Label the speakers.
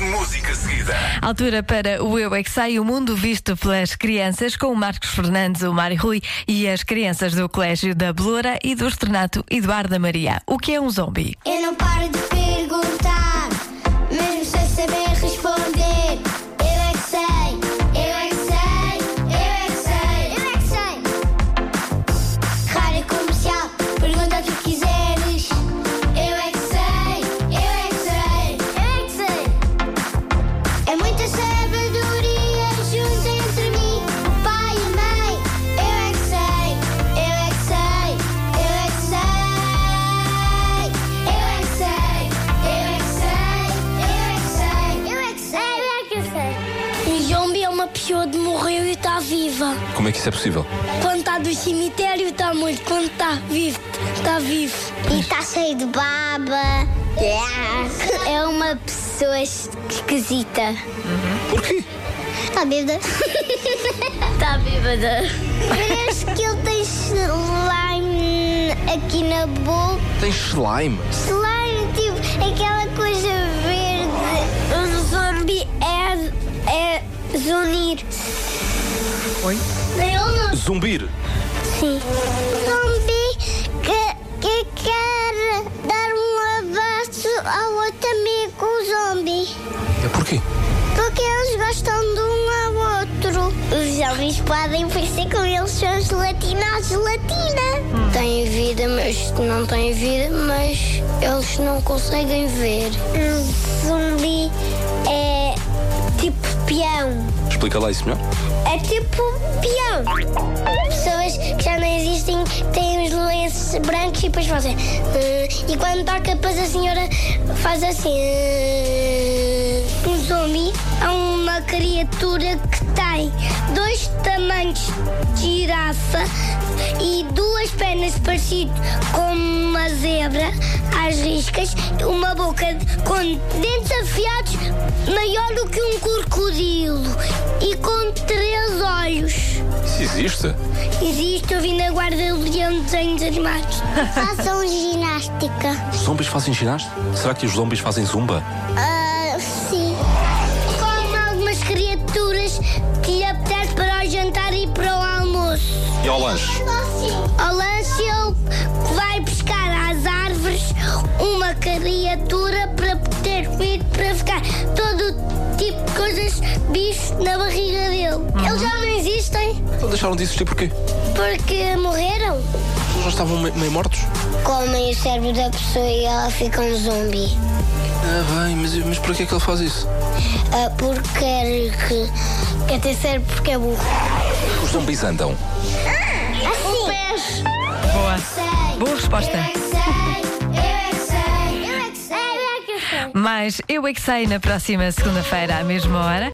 Speaker 1: música seguida.
Speaker 2: Altura para o Eu é que Sei, o mundo visto pelas crianças, com o Marcos Fernandes, o Mário Rui e as crianças do Colégio da Beloura e do Externato Eduardo Maria. O que é um zombie?
Speaker 3: Eu não paro de perguntar, mesmo sem saber responder. Eu é que sei, eu é que sei, eu é que sei, eu é que sei. Rádio comercial, pergunta o que quiseres. Eu é que sei, eu é que sei, eu é que sei. É muita sabedoria junto entre mim, o pai e a mãe. Eu é que sei, eu é que sei, eu é que sei. Eu é que sei, eu é que sei, eu é que sei, eu é que sei, eu é que sei.
Speaker 4: Um zombie é uma pessoa que morreu e está viva.
Speaker 1: Como é que isso é possível?
Speaker 4: Quando está do cemitério está morto, quando está vivo, está vivo.
Speaker 3: E está cheio de baba. É uma pessoa esquisita.
Speaker 1: Porquê?
Speaker 3: Está bêbada.
Speaker 4: Está Tá bêbada.
Speaker 3: Parece que ele tem slime aqui na boca.
Speaker 1: Tem slime.
Speaker 3: Slime, tipo, aquela coisa verde. Um zombie é, é zunir.
Speaker 2: Oi?
Speaker 3: Eu não
Speaker 1: Zumbir.
Speaker 3: Sim. Zombie que, que quer dar um abraço ao outro amigo zombie.
Speaker 1: É porquê?
Speaker 3: Porque eles gostam de um ao outro. Os zombies podem parecer com eles são gelatina a gelatina. Têm vida, mas não têm vida, mas eles não conseguem ver. Um zumbi é tipo peão.
Speaker 1: Explica lá isso melhor.
Speaker 3: É tipo peão. Pessoas que já não existem têm os lenços brancos e depois fazem. "Ah", e quando toca, depois a senhora faz assim. "Ah". Um zombie é uma criatura que tem dois tamanhos de girafa e duas pernas parecidas com uma zebra às riscas, uma boca de- com dentes afiados maior do que um crocodilo e com três olhos.
Speaker 1: Isso existe?
Speaker 3: Existe, eu vim na guarda de desenhos animados. Façam ginástica.
Speaker 1: Os zombies fazem ginástica? Será que os zombies fazem zumba?
Speaker 3: Ah, sim. Como algumas criaturas que lhe apetece para o jantar e para o almoço.
Speaker 1: E ao lanche?
Speaker 3: O lance ele vai buscar às árvores uma criatura para poder vir para ficar todo tipo de coisas bichos na barriga dele. Eles já não existem
Speaker 1: Então deixaram de existir porquê?
Speaker 3: porque morreram.
Speaker 1: As pessoas já estavam me- meio mortos?
Speaker 3: Comem o cérebro da pessoa e ela fica um zumbi.
Speaker 1: Ah, bem, mas, mas porquê é que ele faz isso?
Speaker 3: porque quer, quer ter cérebro porque é burro.
Speaker 1: Os zombies andam.
Speaker 3: Assim. pés.
Speaker 2: Boa. Boa resposta.
Speaker 3: Eu é que sei, eu é que sei, eu é que sei, eu é que sei.
Speaker 2: Mais Eu é que Sei na próxima segunda-feira, à mesma hora.